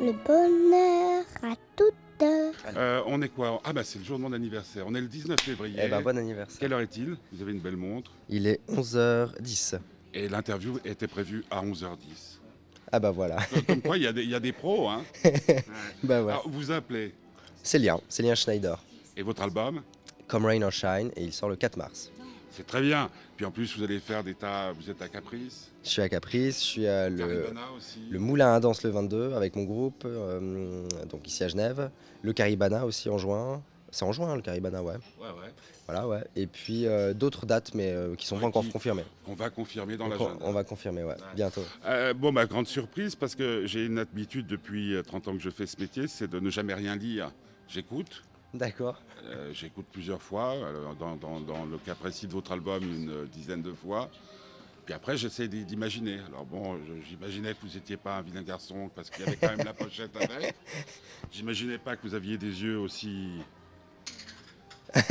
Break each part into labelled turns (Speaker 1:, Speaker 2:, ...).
Speaker 1: Le bonheur à toutes.
Speaker 2: Euh, on est quoi Ah bah c'est le jour de mon anniversaire. On est le 19 février.
Speaker 3: Eh ben, bon anniversaire.
Speaker 2: Quelle heure est-il Vous avez une belle montre.
Speaker 3: Il est 11h10.
Speaker 2: Et l'interview était prévue à 11h10.
Speaker 3: Ah bah voilà.
Speaker 2: Euh, Comme quoi, il y, a des- il y a des pros. Hein.
Speaker 3: bah ouais.
Speaker 2: Alors, vous appelez.
Speaker 3: C'est Lien, c'est Lien Schneider.
Speaker 2: Et votre album
Speaker 3: Comme Rain or Shine, et il sort le 4 mars.
Speaker 2: C'est très bien. Puis en plus, vous allez faire des tas. Vous êtes à Caprice.
Speaker 3: Je suis à Caprice, je suis à le,
Speaker 2: Caribana aussi.
Speaker 3: le Moulin à Danse le 22 avec mon groupe, euh, donc ici à Genève. Le Caribana aussi en juin. C'est en juin hein, le Caribana, ouais.
Speaker 2: Ouais, ouais.
Speaker 3: Voilà, ouais. Et puis euh, d'autres dates, mais euh, qui sont
Speaker 2: Ouais,
Speaker 3: pas encore
Speaker 2: qui-
Speaker 3: confirmées.
Speaker 2: On va confirmer dans
Speaker 3: Donc,
Speaker 2: l'agenda.
Speaker 3: on, on va confirmer, ouais, bientôt.
Speaker 2: Euh, bon, ma grande surprise, parce que j'ai une habitude depuis euh, 30 ans que je fais ce métier, c'est de ne jamais rien lire. J'écoute,
Speaker 3: D'accord.
Speaker 2: euh, j'écoute plusieurs fois, euh, dans, dans- dans le cas précis de votre album, une euh, dizaine de fois. Puis après, j'essaie d'i- d'imaginer. Alors bon, je- j'imaginais que vous n'étiez pas un vilain garçon, parce qu'il y avait quand même la pochette avec. J'imaginais pas que vous aviez des yeux aussi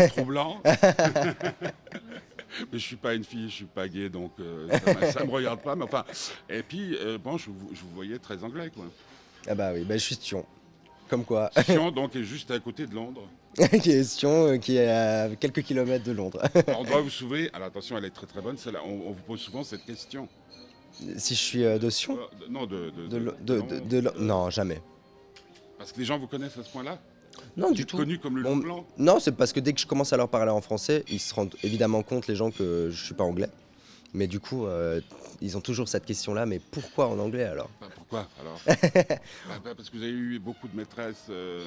Speaker 2: troublants. Mais je suis pas une fille, je suis pas gay, donc euh, ça, me- ça me regarde pas. Mais enfin, et puis euh, bon, je, vous- je vous voyais très anglais, quoi.
Speaker 3: Ah bah oui, bah, je suis Sion. Comme quoi,
Speaker 2: Sion, donc, est juste à côté de Londres.
Speaker 3: qui est Sion, euh, qui est à quelques kilomètres de Londres.
Speaker 2: Alors, on doit vous sauver. Alors attention, elle est très très bonne. celle-là. on, on vous pose souvent cette question.
Speaker 3: si je suis euh, de Sion
Speaker 2: Euh, de- non, de, de-
Speaker 3: de,
Speaker 2: de- Euh,
Speaker 3: Lo- de, de, de Lo- Non, jamais.
Speaker 2: Parce que les gens vous connaissent à ce point-là.
Speaker 3: Non,
Speaker 2: Vous
Speaker 3: du
Speaker 2: êtes
Speaker 3: tout.
Speaker 2: Connu comme le
Speaker 3: Bon,
Speaker 2: loup blanc.
Speaker 3: Non, c'est parce que dès que je commence à leur parler en français, ils se rendent évidemment compte, les gens, que je suis pas anglais. Mais du coup, euh, ils ont toujours cette question-là, mais pourquoi en anglais alors
Speaker 2: Bah, pourquoi alors Bah, bah, Parce que vous avez eu beaucoup de maîtresses. euh.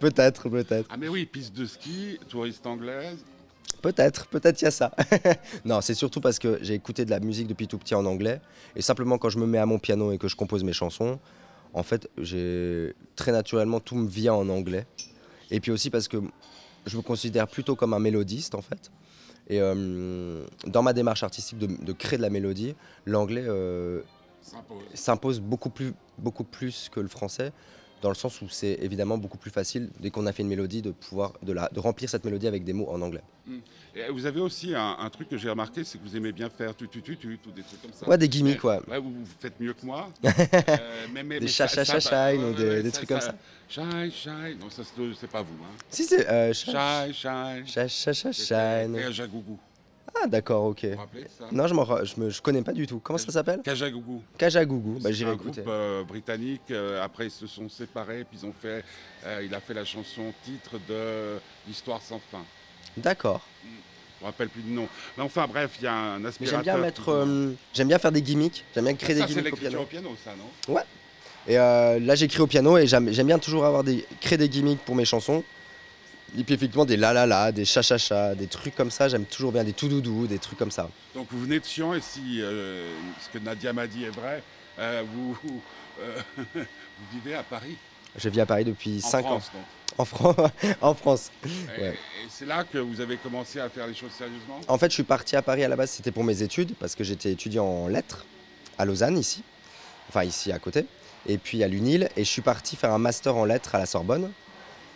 Speaker 3: Peut-être, peut-être.
Speaker 2: Ah mais oui, piste de ski, touriste anglaise.
Speaker 3: Peut-être, peut-être il y a ça. non, c'est surtout parce que j'ai écouté de la musique depuis tout petit en anglais. Et simplement, quand je me mets à mon piano et que je compose mes chansons, en fait, j'ai très naturellement tout me vient en anglais. Et puis aussi parce que je me considère plutôt comme un mélodiste, en fait. Et euh, dans ma démarche artistique de, de créer de la mélodie, l'anglais euh,
Speaker 2: s'impose.
Speaker 3: s'impose beaucoup plus, beaucoup plus que le français, dans le sens où c'est évidemment beaucoup plus facile, dès qu'on a fait une mélodie, de pouvoir de, la, de remplir cette mélodie avec des mots en anglais.
Speaker 2: Et euh, vous avez aussi un, un truc que j'ai remarqué, c'est que vous aimez bien faire tu tu tu tu, tout des trucs comme ça.
Speaker 3: Ouais, des gimmicks, ouais.
Speaker 2: Ouais, vous, vous faites mieux que moi. Euh, mais- mais-
Speaker 3: Des
Speaker 2: mais ça- ça-
Speaker 3: cha- cha- cha- shine ou des- des trucs comme ça.
Speaker 2: Shine, shine. Non, ça c'est c'est pas vous. Hein.
Speaker 3: Si, c'est. Euh, cha-
Speaker 2: Shine, shine.
Speaker 3: cha- cha- cha-
Speaker 2: C'était
Speaker 3: shine.
Speaker 2: Kajagougou.
Speaker 3: Ah, d'accord, ok.
Speaker 2: Vous vous rappelez de ça
Speaker 3: Non, je, m'en ra- je, me, je connais pas du tout. Comment ça s'appelle
Speaker 2: Kajagougou.
Speaker 3: Kajagougou. Bah,
Speaker 2: C'est
Speaker 3: j'irai
Speaker 2: un
Speaker 3: écouter.
Speaker 2: groupe euh, britannique. euh, après, ils se sont séparés. Puis ils ont fait. euh, il a fait la chanson titre de l'histoire sans fin.
Speaker 3: D'accord.
Speaker 2: Je me rappelle plus du nom. Mais enfin, bref, il y a un
Speaker 3: Mais
Speaker 2: aspirateur.
Speaker 3: j'aime bien
Speaker 2: qui-
Speaker 3: mettre. euh, j'aime bien faire des gimmicks. J'aime bien créer
Speaker 2: ça,
Speaker 3: des
Speaker 2: c'est
Speaker 3: gimmicks au
Speaker 2: l'écriture
Speaker 3: piano.
Speaker 2: au piano, ça, non
Speaker 3: Et euh, là, j'écris au piano et j'aime j'aime bien toujours avoir des, créer des gimmicks pour mes chansons. Et puis, effectivement, des la la la, des cha cha cha, des trucs comme ça. J'aime toujours bien des tout doudou, des trucs comme ça.
Speaker 2: Donc vous venez de Sion et si euh, ce que Nadia m'a dit est vrai, euh, vous, euh, vous vivez à Paris,
Speaker 3: Je vis à Paris depuis
Speaker 2: en
Speaker 3: 5 ans.
Speaker 2: France, donc.
Speaker 3: En, Fran- en France.
Speaker 2: Et-
Speaker 3: Ouais.
Speaker 2: Et, c'est là que vous avez commencé à faire les choses sérieusement
Speaker 3: En fait, je suis parti à Paris à la base, c'était pour mes études, parce que j'étais étudiant en lettres à Lausanne, ici, enfin ici à côté, et puis à l'UNIL, et je suis parti faire un master en lettres à la Sorbonne.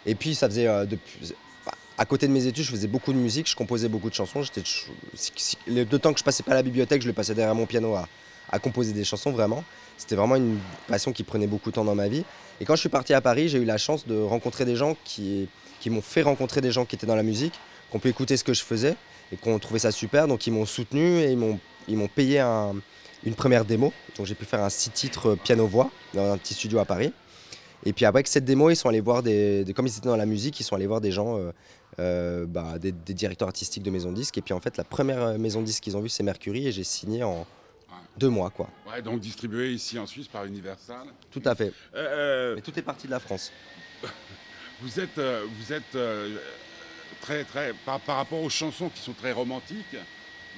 Speaker 3: Et puis, ça faisait euh, depuis. bah, À côté de mes études, je faisais beaucoup de musique, je composais beaucoup de chansons. J'étais ch- si- si- le le temps que je passais pas à la bibliothèque, je le passais derrière mon piano à, à composer des chansons, vraiment. C'était vraiment une passion qui prenait beaucoup de temps dans ma vie. Et quand je suis parti à Paris, j'ai eu la chance de rencontrer des gens qui, qui m'ont fait rencontrer des gens qui étaient dans la musique, qu'on peut écouter ce que je faisais et qu'on trouvait ça super. Donc ils m'ont soutenu et ils m'ont, ils m'ont payé un- une première démo. Donc j'ai pu faire un six titres euh, piano-voix dans un petit studio à Paris. Et puis après que cette démo, ils sont allés voir des, des- comme ils étaient dans la musique, ils sont allés voir des gens, euh, euh, bah, des, des directeurs artistiques de maison disques. Et puis en fait, la première euh, maison disque qu'ils ont vue, c'est Mercury, et j'ai signé en deux mois, quoi.
Speaker 2: Ouais, donc distribué ici en Suisse par Universal.
Speaker 3: Tout à fait.
Speaker 2: Euh,
Speaker 3: Mais tout est parti de la France.
Speaker 2: vous êtes, euh, vous êtes euh, très, très, par, par rapport aux chansons qui sont très romantiques,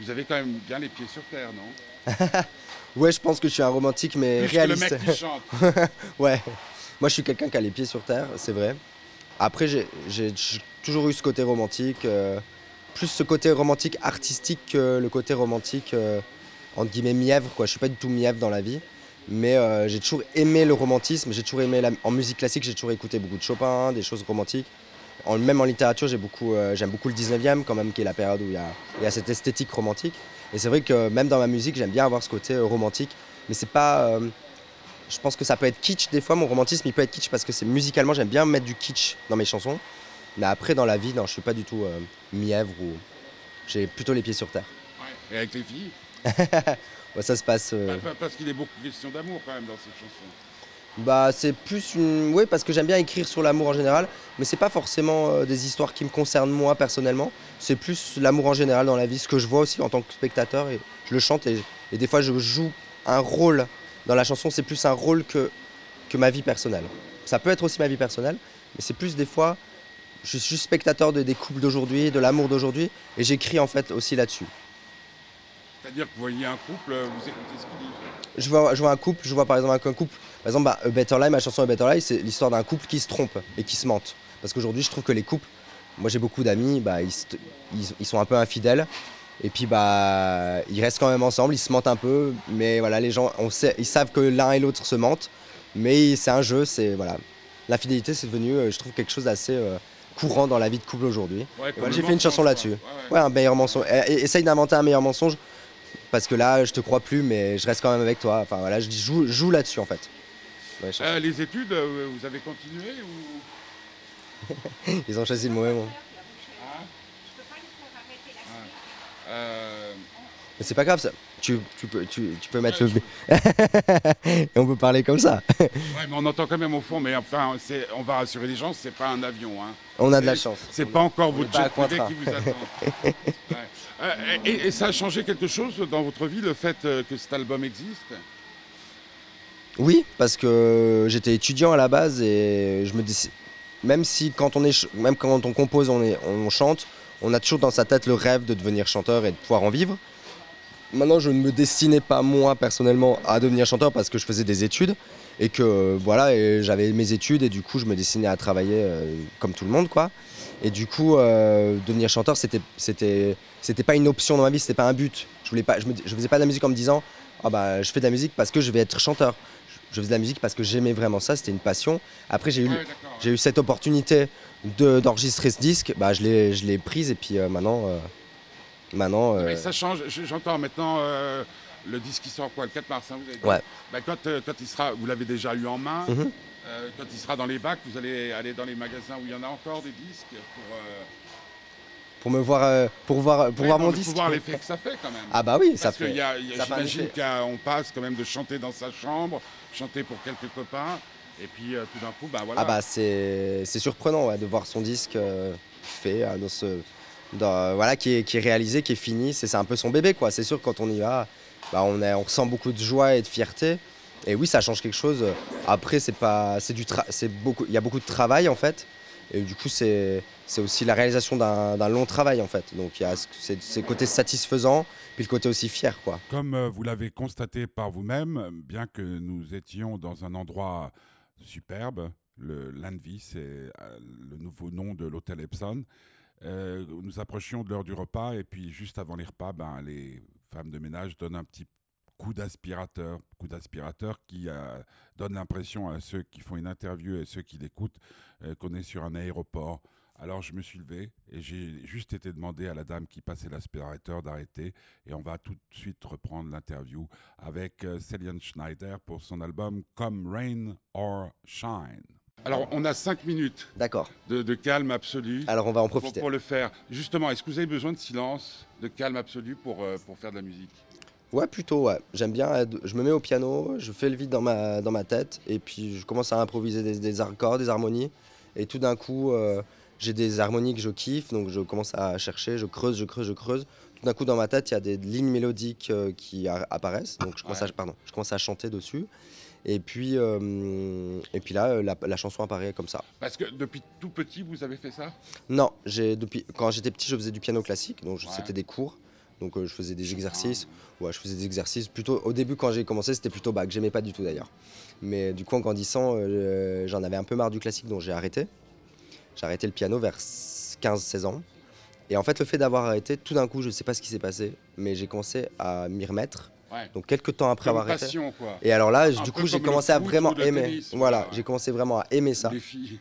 Speaker 2: vous avez quand même bien les pieds sur terre, non
Speaker 3: Ouais, je pense que je suis un romantique, mais
Speaker 2: Plus que le
Speaker 3: réaliste.
Speaker 2: mec qui chante.
Speaker 3: Ouais, moi je suis quelqu'un qui a les pieds sur terre, c'est vrai. Après, j'ai- j'ai j'ai toujours eu ce côté romantique, euh, plus ce côté romantique artistique que le côté romantique, euh, entre guillemets, mièvre, quoi. Je suis pas du tout mièvre dans la vie, mais euh, j'ai toujours aimé le romantisme, j'ai toujours aimé la, en musique classique, j'ai toujours écouté beaucoup de Chopin, des choses romantiques. En, même en littérature, j'ai beaucoup, euh, j'aime beaucoup le 19e, quand même, qui est la période où il y a, il y a cette esthétique romantique. Et c'est vrai que même dans ma musique, j'aime bien avoir ce côté euh, romantique, mais c'est pas. euh, Je pense que ça peut être kitsch des fois, mon romantisme il peut être kitsch parce que c'est musicalement j'aime bien mettre du kitsch dans mes chansons. Mais après dans la vie, non, je suis pas du tout euh, mièvre ou j'ai plutôt les pieds sur terre.
Speaker 2: Et avec les filles
Speaker 3: Ouais, ça se passe. euh,
Speaker 2: Pas- pas- Parce qu'il est beaucoup question d'amour quand même dans cette chanson.
Speaker 3: Bah, c'est plus une. Oui, parce que j'aime bien écrire sur l'amour en général, mais c'est pas forcément euh, des histoires qui me concernent moi personnellement. C'est plus l'amour en général dans la vie, ce que je vois aussi en tant que spectateur. Et je le chante et, et des fois je joue un rôle dans la chanson. C'est plus un rôle que, que ma vie personnelle. Ça peut être aussi ma vie personnelle, mais c'est plus des fois. Je suis juste spectateur de- des couples d'aujourd'hui, de l'amour d'aujourd'hui, et j'écris en fait aussi là-dessus.
Speaker 2: C'est-à-dire que vous voyez un couple, euh, vous écoutez ce qu'il dit.
Speaker 3: je vois, je vois un couple, je vois par exemple un couple, par exemple bah, A Better Life, ma chanson A Better Life, c'est l'histoire d'un couple qui se trompe et qui se mente. Parce qu'aujourd'hui, je trouve que les couples, moi j'ai beaucoup d'amis, bah, ils, se- ils- ils sont un peu infidèles. Et puis bah ils restent quand même ensemble, ils se mentent un peu, mais voilà les gens, on sait, ils savent que l'un et l'autre se mentent, mais c'est un jeu, c'est voilà. L'infidélité c'est devenu, euh, je trouve quelque chose d'assez euh, courant dans la vie de couple aujourd'hui.
Speaker 2: Ouais,
Speaker 3: voilà,
Speaker 2: le
Speaker 3: j'ai fait une chanson
Speaker 2: mensonge,
Speaker 3: là-dessus.
Speaker 2: quoi. Ouais, ouais.
Speaker 3: Ouais, un meilleur mensonge. Et- et- Essaye d'inventer un meilleur mensonge. Parce que là, je te crois plus, mais je reste quand même avec toi. Enfin voilà, je dis- joue, joue là-dessus en fait. Ouais, je-
Speaker 2: Euh, les études, euh, vous avez continué ou...
Speaker 3: Ils ont choisi le mauvais mot.
Speaker 2: Hein Euh,
Speaker 3: Mais c'est pas grave, ça. Tu, tu peux, tu, Bah, tu peux mettre le. Et on peut parler comme ça.
Speaker 2: ouais, mais on entend quand même au fond, mais enfin, c'est- on va rassurer les gens, c'est pas un avion. Hein.
Speaker 3: On a de la
Speaker 2: Et
Speaker 3: chance.
Speaker 2: C'est pas encore
Speaker 3: est
Speaker 2: votre
Speaker 3: pas hein. à
Speaker 2: jet privé
Speaker 3: contrat.
Speaker 2: qui vous attend. Ouais. Euh, et, et ça a changé quelque chose dans votre vie, le fait euh, que cet album existe
Speaker 3: Oui, parce que j'étais étudiant à la base et je me dis, même si quand on est, ch- même quand on compose, on, est, on chante, on a toujours dans sa tête le rêve de devenir chanteur et de pouvoir en vivre. Maintenant, je ne me destinais pas moi personnellement à devenir chanteur parce que je faisais des études et que euh, voilà, et j'avais mes études et du coup, je me destinais à travailler euh, comme tout le monde, quoi. Et du coup, euh, devenir chanteur, c'était, c'était, c'était pas une option dans ma vie, c'était pas un but. Je voulais pas, je, me, je faisais pas de la musique en me disant, ah bah, je fais de la musique parce que je vais être chanteur. Je- Je faisais de la musique parce que j'aimais vraiment ça, c'était une passion. Après, j'ai eu,
Speaker 2: Ouais, d'accord, ouais.
Speaker 3: j'ai eu cette opportunité de, d'enregistrer ce disque, bah, je, l'ai, je l'ai prise et puis euh, maintenant. euh, maintenant euh,
Speaker 2: Mais ça change, je- j'entends maintenant euh, le disque qui sort quoi, le 4 mars hein, vous avez dit
Speaker 3: Ouais.
Speaker 2: Bah, quand, euh, quand il sera, vous l'avez déjà eu en main,
Speaker 3: Mhm.
Speaker 2: euh, quand il sera dans les bacs, vous allez aller dans les magasins où il y en a encore des disques pour, euh,
Speaker 3: pour me voir euh, pour voir pour
Speaker 2: ouais,
Speaker 3: voir
Speaker 2: non,
Speaker 3: mon
Speaker 2: mais
Speaker 3: disque
Speaker 2: Pour voir l'effet que ça fait quand même.
Speaker 3: ah bah oui ça
Speaker 2: Parce que
Speaker 3: fait
Speaker 2: y a- y a-
Speaker 3: ça fait un
Speaker 2: j'imagine
Speaker 3: effet.
Speaker 2: qu'on passe quand même de chanter dans sa chambre, chanter pour quelques copains, et puis euh, tout d'un coup, bah voilà.
Speaker 3: ah bah c'est c'est surprenant ouais, de voir son disque euh, fait euh, dans ce dans- euh, voilà qui est, qui est réalisé qui est fini c'est c'est un peu son bébé quoi c'est sûr quand on y va bah, on est on ressent beaucoup de joie et de fierté et oui ça change quelque chose après c'est pas c'est du tra- c'est beaucoup il y a beaucoup de travail en fait et du coup c'est c'est aussi la réalisation d'un d'un long travail en fait donc il y a ce- c'est c'est le côté satisfaisant puis le côté aussi fier quoi
Speaker 2: Comme euh, vous l'avez constaté par vous-même, bien que nous étions dans un endroit superbe, le Landvis, c'est euh, le nouveau nom de l'hôtel Epson, euh, nous approchions de l'heure du repas et puis juste avant les repas, ben, les femmes de ménage donnent un petit coup d'aspirateur, coup d'aspirateur qui euh, donne l'impression à ceux qui font une interview et ceux qui l'écoutent euh, qu'on est sur un aéroport. Alors je me suis levé et j'ai juste été demandé à la dame qui passait l'aspirateur d'arrêter et on va tout de suite reprendre l'interview avec euh, Céline Schneider pour son album Come Rain or Shine. Alors, on a cinq minutes
Speaker 3: d'accord
Speaker 2: de, de calme absolu
Speaker 3: alors on va en
Speaker 2: pour,
Speaker 3: profiter
Speaker 2: pour le faire. Justement, est-ce que vous avez besoin de silence, de calme absolu pour, euh, pour faire de la musique
Speaker 3: Ouais, plutôt, ouais. J'aime bien, euh, je me mets au piano, je fais le vide dans ma, dans ma tête, et puis je commence à improviser des, des accords, des harmonies, et tout d'un coup, euh, j'ai des harmonies que je kiffe, donc je commence à chercher, je creuse, je creuse, je creuse. Tout d'un coup, dans ma tête, il y a des lignes mélodiques euh, qui a- apparaissent, donc je commence, à,
Speaker 2: Ouais.
Speaker 3: pardon, je commence à chanter dessus, et puis, euh, et puis là, euh, la, la chanson apparaît comme ça.
Speaker 2: Parce que depuis tout petit, vous avez fait ça
Speaker 3: Non, j'ai depuis quand j'étais petit, je faisais du piano classique, donc je-
Speaker 2: Ouais.
Speaker 3: c'était des cours, donc euh, je faisais des exercices.
Speaker 2: Ah,
Speaker 3: Ouais, je faisais des exercices plutôt. Au début, quand j'ai commencé, c'était plutôt bac. J'aimais pas du tout d'ailleurs. Mais du coup, en grandissant, euh, j'en avais un peu marre du classique, donc j'ai arrêté. J'ai arrêté le piano vers 15-16 ans. Et en fait, le fait d'avoir arrêté, tout d'un coup, je sais pas ce qui s'est passé, mais j'ai commencé à m'y remettre.
Speaker 2: Ouais.
Speaker 3: Donc, quelques temps après
Speaker 2: Comme
Speaker 3: avoir arrêté.
Speaker 2: passion, quoi.
Speaker 3: Et alors là,
Speaker 2: Un
Speaker 3: du
Speaker 2: peu
Speaker 3: coup, j'ai
Speaker 2: comme le
Speaker 3: commencé à
Speaker 2: foot ou
Speaker 3: vraiment
Speaker 2: le
Speaker 3: aimer.
Speaker 2: tennis,
Speaker 3: voilà,
Speaker 2: ouais.
Speaker 3: j'ai commencé vraiment à aimer ça.
Speaker 2: Les filles.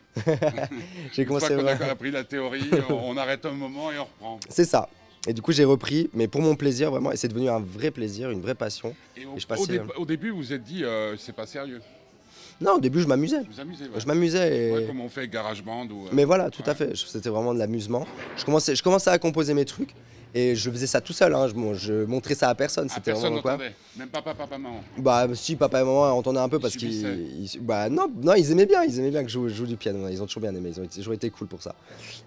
Speaker 3: J'ai
Speaker 2: Une fois
Speaker 3: commencé
Speaker 2: qu'on
Speaker 3: vraiment-
Speaker 2: a appris la théorie, on, on arrête un moment et on reprend.
Speaker 3: C'est ça. Et du coup, j'ai repris, mais pour mon plaisir, vraiment, et c'est devenu un vrai plaisir, une vraie passion.
Speaker 2: Et au,
Speaker 3: Et je
Speaker 2: au
Speaker 3: passais,
Speaker 2: dé-
Speaker 3: euh,
Speaker 2: au début, vous vous êtes dit, euh, c'est pas sérieux.
Speaker 3: Non, au début, je m'amusais.
Speaker 2: Vous amusez, ouais.
Speaker 3: Je m'amusais. et-
Speaker 2: Ouais, comme on fait GarageBand ou. euh,
Speaker 3: Mais voilà, tout
Speaker 2: Ouais.
Speaker 3: à fait. Je- C'était vraiment de l'amusement. Je commençais, je commençais à composer mes trucs et je faisais ça tout seul. hein. Je, mon- je montrais ça à personne.
Speaker 2: ah,
Speaker 3: C'était
Speaker 2: personne
Speaker 3: vraiment quoi
Speaker 2: n'entendait. Même papa, papa, maman.
Speaker 3: Bah si, papa et maman entendaient un peu
Speaker 2: Ils
Speaker 3: parce qu'ils,
Speaker 2: subissaient.
Speaker 3: ils- bah non, non, ils aimaient bien. Ils aimaient bien que je joue, je joue du piano. Ils ont toujours bien aimé. Ils ont été- toujours été cool pour ça.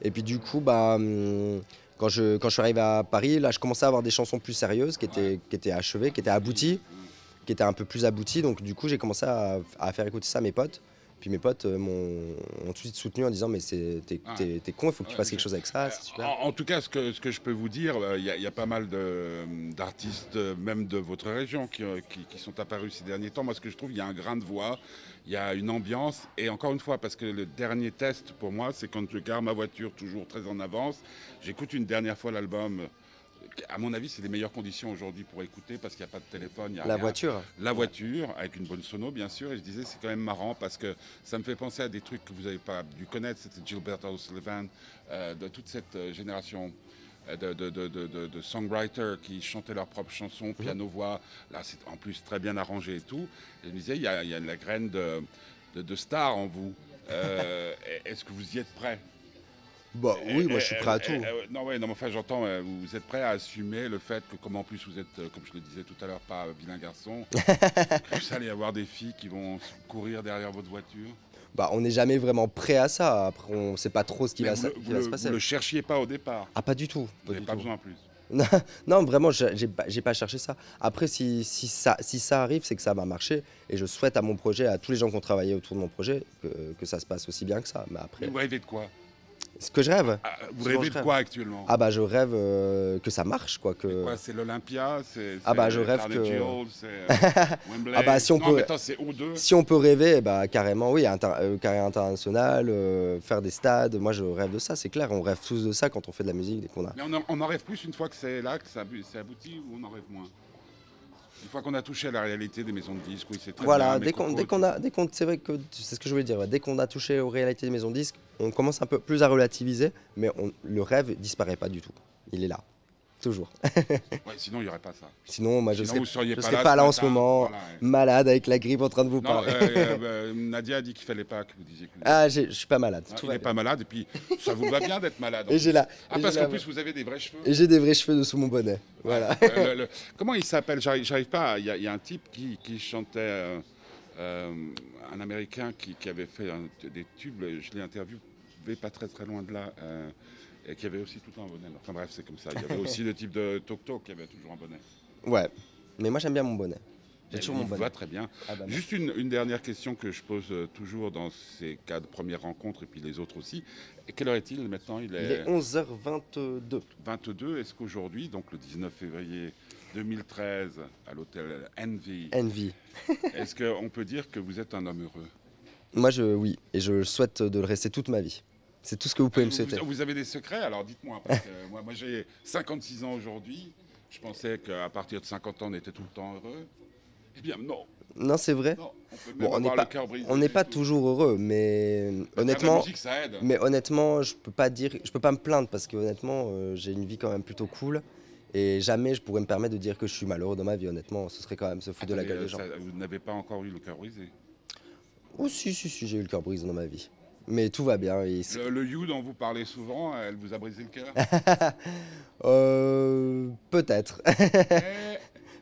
Speaker 3: Et puis du coup, bah hum, quand je quand je suis arrivé à Paris, là, je commençais à avoir des chansons plus sérieuses, qui étaient qui étaient achevées, qui étaient abouties
Speaker 2: Euh,
Speaker 3: qui était un peu plus abouti. Donc du coup, j'ai commencé à, à faire écouter ça à mes potes. Puis mes potes euh, m'ont ont tout de suite soutenu en disant mais c'est t'es
Speaker 2: Ah.
Speaker 3: t'es- t'es con, il faut que tu
Speaker 2: Ouais,
Speaker 3: fasses
Speaker 2: mais
Speaker 3: quelque
Speaker 2: je-
Speaker 3: chose avec ça, Ah, c'est super.
Speaker 2: En, en tout cas, ce que, ce que je peux vous dire, euh, il y, a- il y a pas mal de- d'artistes, euh, même de votre région, qui, euh, qui- qui sont apparus ces derniers temps. Moi, ce que je trouve, il y a un grain de voix, il y a une ambiance. Et encore une fois, parce que le dernier test pour moi, c'est quand je gare ma voiture toujours très en avance, j'écoute une dernière fois l'album. À mon avis, c'est les meilleures conditions aujourd'hui pour écouter parce qu'il n'y a pas de téléphone, il y a
Speaker 3: La
Speaker 2: rien
Speaker 3: voiture.
Speaker 2: la voiture avec une bonne sono bien sûr et je disais c'est quand même marrant parce que ça me fait penser à des trucs que vous n'avez pas dû connaître c'était Gilbert O'Sullivan euh, de toute cette euh, génération euh, de, de, de- de- de- de songwriters qui chantaient leurs propres chansons piano voix là c'est en plus très bien arrangé et tout et je me disais il y a, il y a de la graine de, de, de star en vous Euh, est-ce que vous y êtes prêt
Speaker 3: Bah oui, moi je suis
Speaker 2: euh,
Speaker 3: prêt
Speaker 2: euh,
Speaker 3: à tout.
Speaker 2: euh, non, ouais, non, mais enfin, j'entends, euh, vous êtes prêt à assumer le fait que, comme en plus vous êtes, euh, comme je le disais tout à l'heure, pas euh, vilain garçon, que vous allez avoir des filles qui vont s- courir derrière votre voiture.
Speaker 3: Bah on n'est jamais vraiment prêt à ça. Après on sait pas trop ce qui
Speaker 2: Mais
Speaker 3: va,
Speaker 2: vous
Speaker 3: sa-
Speaker 2: le-
Speaker 3: qui
Speaker 2: vous
Speaker 3: va
Speaker 2: le-
Speaker 3: se passer.
Speaker 2: Vous le cherchiez pas au départ.
Speaker 3: Ah pas du tout.
Speaker 2: Vous
Speaker 3: Pas
Speaker 2: n'avez
Speaker 3: du
Speaker 2: pas
Speaker 3: tout.
Speaker 2: besoin en plus.
Speaker 3: Non vraiment, je- j'ai pas, j'ai pas cherché ça. Après si, si ça si ça arrive, c'est que ça va marcher et je souhaite à mon projet, à tous les gens qui ont travaillé autour de mon projet, que, que ça se passe aussi bien que ça. Mais
Speaker 2: Mais
Speaker 3: après,
Speaker 2: vous rêvez de quoi
Speaker 3: ce que je rêve.
Speaker 2: Ah, Vous
Speaker 3: Ce dont
Speaker 2: rêvez
Speaker 3: je
Speaker 2: de
Speaker 3: rêve.
Speaker 2: quoi actuellement
Speaker 3: Ah bah je rêve euh, que ça marche quoi que.
Speaker 2: C'est quoi, c'est l'Olympia c'est,
Speaker 3: Ah
Speaker 2: c'est
Speaker 3: bah, je rêve
Speaker 2: Carnegie
Speaker 3: que-
Speaker 2: Hall, c'est, euh, Wembley.
Speaker 3: Ah bah, si on
Speaker 2: non,
Speaker 3: peut-
Speaker 2: mais attends, c'est O2.
Speaker 3: Si on peut rêver, bah, carrément, oui, inter- euh, carrière internationale, euh, faire des stades. Moi, je rêve de ça, c'est clair. On rêve tous de ça quand on fait de la musique, dès qu'on a.
Speaker 2: Mais on en, on en rêve plus une fois que c'est là, que ça, bu- c'est abouti, ou on en rêve moins Une fois qu'on a touché à la réalité des maisons de disques, oui, c'est très
Speaker 3: Voilà,
Speaker 2: bien, mais
Speaker 3: dès qu'on, dès qu'on a, dès qu'on, c'est vrai que c'est ce que je voulais dire. ouais, Dès qu'on a touché aux réalités des maisons de disques, on commence un peu plus à relativiser, mais on- le rêve disparaît pas du tout. Il est là, toujours.
Speaker 2: Ouais, sinon, il n'y aurait pas ça.
Speaker 3: Sinon, moi, je
Speaker 2: Sinon,
Speaker 3: serais
Speaker 2: vous seriez
Speaker 3: je
Speaker 2: pas
Speaker 3: serais
Speaker 2: là,
Speaker 3: pas
Speaker 2: ce
Speaker 3: là en ce
Speaker 2: matin.
Speaker 3: moment.
Speaker 2: Voilà, ouais.
Speaker 3: malade avec la grippe en train de vous
Speaker 2: Non,
Speaker 3: parler.
Speaker 2: euh, euh, Nadia a dit qu'il fallait pas que vous disiez que vous
Speaker 3: Ah, j'ai- je suis pas malade.
Speaker 2: Ah,
Speaker 3: tout
Speaker 2: il
Speaker 3: va
Speaker 2: n'est
Speaker 3: bien.
Speaker 2: pas malade, et puis ça vous va bien d'être malade. en
Speaker 3: Et j'ai
Speaker 2: plus.
Speaker 3: là.
Speaker 2: Ah, parce qu'en plus, vous avez des vrais cheveux.
Speaker 3: Et j'ai des vrais cheveux dessous mon bonnet. Voilà.
Speaker 2: Euh, le- le- comment il s'appelle J'arrive j'arrive pas. à- Il y, a- il y a un type qui, qui chantait, euh, euh, un Américain qui, qui avait fait un- des tubes. Je l'ai interviewé pas très très loin de là. euh, et qui avait aussi tout un bonnet. Enfin bref, c'est comme ça. Il y avait aussi le type de Tok Tok qui avait toujours un bonnet.
Speaker 3: Ouais. Mais moi, j'aime bien mon bonnet. J'ai
Speaker 2: Et
Speaker 3: toujours
Speaker 2: il
Speaker 3: mon
Speaker 2: vous
Speaker 3: bonnet.
Speaker 2: va très bien.
Speaker 3: Ah bah,
Speaker 2: Juste une, une dernière question que je pose euh, toujours dans ces cas de première rencontre et puis les autres aussi. Et Quelle heure est-il maintenant Il
Speaker 3: Il est
Speaker 2: est
Speaker 3: 11h22.
Speaker 2: 22. Est-ce qu'aujourd'hui, donc le 19 février 2013, à l'hôtel Envy,
Speaker 3: Envy.
Speaker 2: est-ce qu'on peut dire que vous êtes un homme heureux
Speaker 3: Moi, je, oui, et je souhaite de le rester toute ma vie. C'est tout ce que vous pouvez me souhaiter.
Speaker 2: vous, vous avez des secrets Alors dites-moi, parce que moi, moi j'ai 56 ans aujourd'hui. Je pensais qu'à partir de 50 ans, on était tout le temps heureux. Eh bien non,
Speaker 3: Non, c'est vrai.
Speaker 2: non. On peut même
Speaker 3: Bon, on n'est
Speaker 2: avoir
Speaker 3: pas-
Speaker 2: le cœur brisé.
Speaker 3: On n'est pas
Speaker 2: et tout.
Speaker 3: toujours heureux, mais
Speaker 2: Faire de la
Speaker 3: honnêtement,
Speaker 2: musique, ça aide.
Speaker 3: mais honnêtement, je peux pas dire, je peux pas me plaindre parce que honnêtement, euh, j'ai une vie quand même plutôt cool. Et jamais je pourrais me permettre de dire que je suis malheureux dans ma vie, honnêtement, ce serait quand même se foutre de la
Speaker 2: Mais,
Speaker 3: gueule
Speaker 2: euh,
Speaker 3: des gens.
Speaker 2: ça- vous n'avez pas encore eu le cœur brisé.
Speaker 3: Oh si, si, si, j'ai eu le cœur brisé dans ma vie. Mais tout va bien. et c'est-
Speaker 2: Le, le you dont vous parlez souvent, elle vous a brisé le cœur
Speaker 3: Euh, peut-être,
Speaker 2: Eh,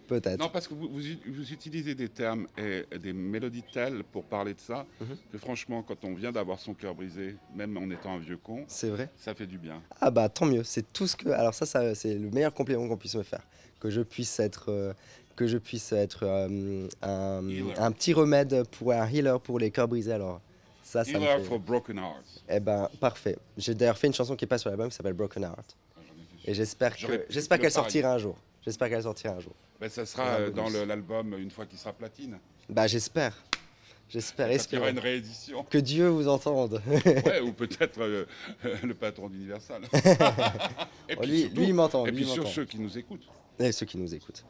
Speaker 3: peut-être.
Speaker 2: Non, parce que vous, vous ut- vous utilisez des termes et des mélodies telles pour parler de ça,
Speaker 3: Mhm.
Speaker 2: que franchement, quand on vient d'avoir son cœur brisé, même en étant un vieux con,
Speaker 3: C'est vrai.
Speaker 2: ça fait du bien.
Speaker 3: Ah bah tant mieux, c'est tout ce que. Alors ça, ça c'est le meilleur compliment qu'on puisse me faire, que je puisse être, euh, que je puisse être euh, un,
Speaker 2: Healer.
Speaker 3: un petit remède pour un healer pour les cœurs brisés. Alors Ah, ça, ça me
Speaker 2: Healer
Speaker 3: fait.
Speaker 2: for broken hearts.
Speaker 3: Eh ben parfait. J'ai d'ailleurs fait une chanson qui est pas sur l'album qui s'appelle Broken Heart
Speaker 2: Ah, j'en étais sûr.
Speaker 3: et j'espère
Speaker 2: J'aurais
Speaker 3: que
Speaker 2: pu
Speaker 3: j'espère
Speaker 2: le
Speaker 3: qu'elle
Speaker 2: pareil.
Speaker 3: sortira un jour. J'espère qu'elle sortira un jour.
Speaker 2: Ben, ça sera
Speaker 3: Voilà,
Speaker 2: euh, dans
Speaker 3: bonus.
Speaker 2: le- l'album une fois qu'il sera platine.
Speaker 3: Bah j'espère, j'espère.
Speaker 2: Parce qu'il y aura
Speaker 3: espérons.
Speaker 2: une réédition.
Speaker 3: Que Dieu vous entende.
Speaker 2: Ouais, ou peut-être euh, le patron d'Universal. et puis
Speaker 3: lui,
Speaker 2: surtout-
Speaker 3: Oh, lui, il m'entend.
Speaker 2: et
Speaker 3: lui,
Speaker 2: puis
Speaker 3: il
Speaker 2: sur
Speaker 3: m'entend.
Speaker 2: ceux qui nous écoutent.
Speaker 3: Et ceux qui nous écoutent.